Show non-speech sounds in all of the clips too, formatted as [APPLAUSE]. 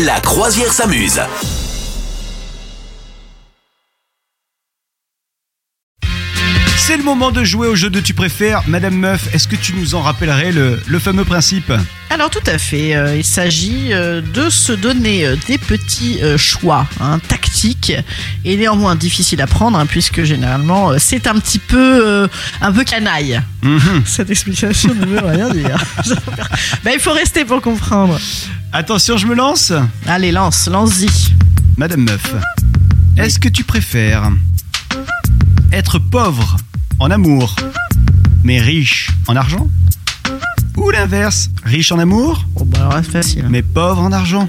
La croisière s'amuse. C'est le moment de jouer au jeu de tu préfères. Madame Meuf, est-ce que tu nous en rappellerais le, le fameux principe Alors tout à fait, euh, il s'agit euh, de se donner euh, des petits euh, choix hein, tactiques et néanmoins difficiles à prendre hein, puisque généralement euh, c'est un petit peu euh, un peu canaille. Mhm. Cette explication ne veut rien [LAUGHS] dire. bah, il faut rester pour comprendre. Attention, je me lance. Allez, lance, lance-y. Madame Meuf, est-ce que tu préfères être pauvre en amour mais riche en argent Ou l'inverse, riche en amour Bon bah alors là, c'est facile. mais pauvre en argent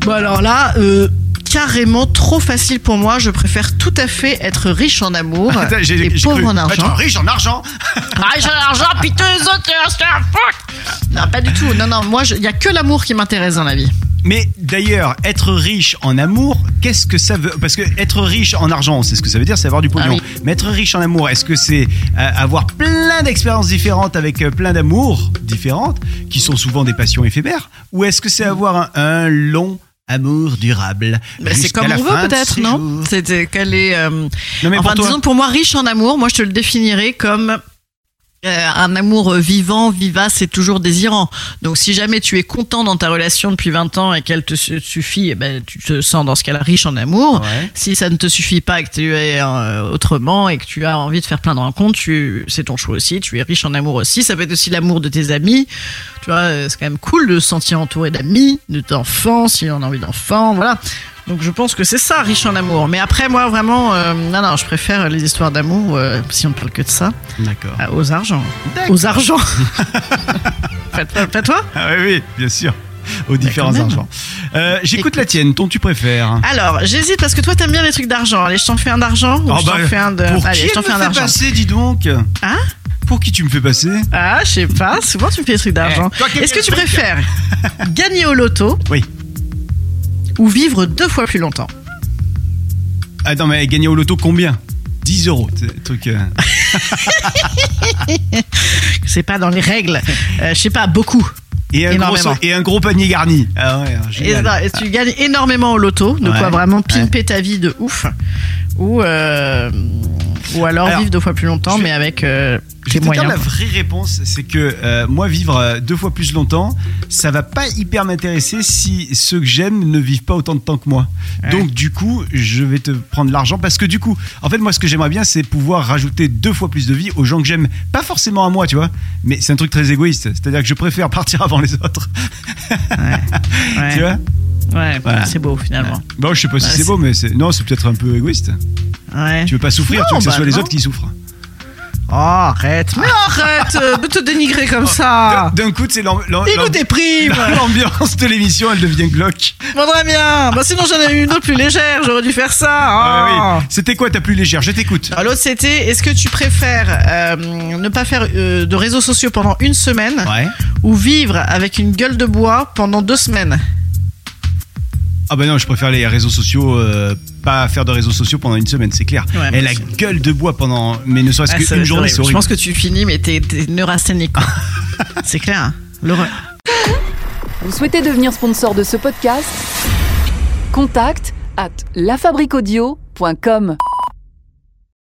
Bon alors là, euh, carrément trop facile pour moi. Je préfère tout à fait être riche en amour Attends, j'ai- et j'ai pauvre cru en argent. être riche en argent Ah, j'ai l'argent, puis tous les autres, euh, c'est un fuck Non, pas du tout. Non, non, moi, il y a que l'amour qui m'intéresse dans la vie. Mais d'ailleurs, être riche en amour, qu'est-ce que ça veut Parce que être riche en argent, c'est ce que ça veut dire, c'est avoir du pognon. Ah Mais être riche en amour, est-ce que c'est euh, avoir plein d'expériences différentes avec euh, plein d'amours différentes, qui sont souvent des passions éphémères Ou est-ce que c'est avoir un, un long amour durable Bah, c'est jusqu'à comme la on fin veut, de peut-être, ses non jours C'est euh, quelle est. euh, Non, mais enfin, pour toi, disons, pour moi, riche en amour, moi, je te le définirais comme. euh, un amour euh, vivant, vivace et toujours désirant. Donc si jamais tu es content dans ta relation depuis 20 ans et qu'elle te su- suffit, eh ben, tu te sens dans ce cas-là riche en amour. Ouais. Si ça ne te suffit pas, que tu es euh, autrement et que tu as envie de faire plein de rencontres, tu, c'est ton choix aussi. Tu es riche en amour aussi. Ça peut être aussi l'amour de tes amis. Tu vois, euh, c'est quand même cool de se sentir entouré d'amis, de d'enfants, si on a envie d'enfants, voilà. Donc je pense que c'est ça, riche en amour. Mais après, moi, vraiment, euh, non, non, je préfère les histoires d'amour, euh, si on ne parle que de ça, D'accord. à- aux argents. D'accord. Aux argents [LAUGHS] Pas toi, pas toi Ah oui, oui, bien sûr. Aux différents Bah, même. argents. Euh, J'écoute la tienne, ton tu préfères. Alors, j'hésite parce que toi, t'aimes bien les trucs d'argent. Allez, je t'en fais un d'argent ou Oh, je bah, t'en fais un de... Pour Allez, qui je t'en elle fais un me fait d'argent. passer, dis donc Hein Pour qui tu me fais passer Ah, je sais pas, souvent tu me fais des trucs d'argent. Eh, toi qui aimes Est-ce que les tu trucs. [LAUGHS] préfères gagner au loto Oui. Ou vivre deux fois plus longtemps Attends, mais gagner au loto combien 10 euros, t- truc. euh, C'est pas dans [LAUGHS] les règles. Euh, je sais pas, beaucoup. Et, un gros, Énormément. et un gros panier garni. Ah ouais, alors, Et, génial. non, et tu gagnes énormément au loto, de Ouais, quoi vraiment pimper ta vie de ouf. Ou, euh, ou alors, Alors, vivre deux fois plus longtemps, je vais- mais avec euh, Je tes vais te dire moyens. la vraie réponse, c'est que euh, moi, vivre euh, deux fois plus longtemps, ça va pas hyper m'intéresser si ceux que j'aime ne vivent pas autant de temps que moi. Ouais. Donc, du coup, je vais te prendre l'argent parce que, du coup, en fait, moi, ce que j'aimerais bien, c'est pouvoir rajouter deux fois plus de vie aux gens que j'aime. Pas forcément à moi, tu vois, mais c'est un truc très égoïste. C'est-à-dire que je préfère [LAUGHS] partir avant les autres. Ouais, Tu vois ouais, Voilà. c'est beau finalement. Bon, je sais pas si Ouais, c'est c'est- beau, mais c'est- non, c'est peut-être un peu égoïste. Ouais. Tu veux pas souffrir, tu veux Non, que ce bah soit les non. autres qui souffrent. Oh, arrête. Mais Ah. arrête euh, de te dénigrer [LAUGHS] Oh. comme ça. D'un coup, c'est l'am- l'am- Il nous l'am- déprime. [LAUGHS] l'ambiance de l'émission, elle devient glauque. Bon, très bien. Bah, sinon, j'en ai eu une autre plus légère. J'aurais dû faire ça. Ah hein. oui. C'était quoi ta plus légère Je t'écoute. Alors, L'autre, c'était est-ce que tu préfères euh, ne pas faire euh, de réseaux sociaux pendant une semaine Ouais. ou vivre avec une gueule de bois pendant deux semaines Ah bah non, je préfère les réseaux sociaux. euh, pas faire de réseaux sociaux pendant une semaine, c'est clair. Ouais, Et mais la c'est- gueule de bois pendant, mais ne serait-ce Ah, ça va qu'une être journée, horrible. c'est Je horrible. pense que tu finis, mais t'es t'es [LAUGHS] neurasthénique. quoi. C'est clair. hein. L'horreur. Vous souhaitez devenir sponsor de ce podcast Contact à lafabriquaudio.com.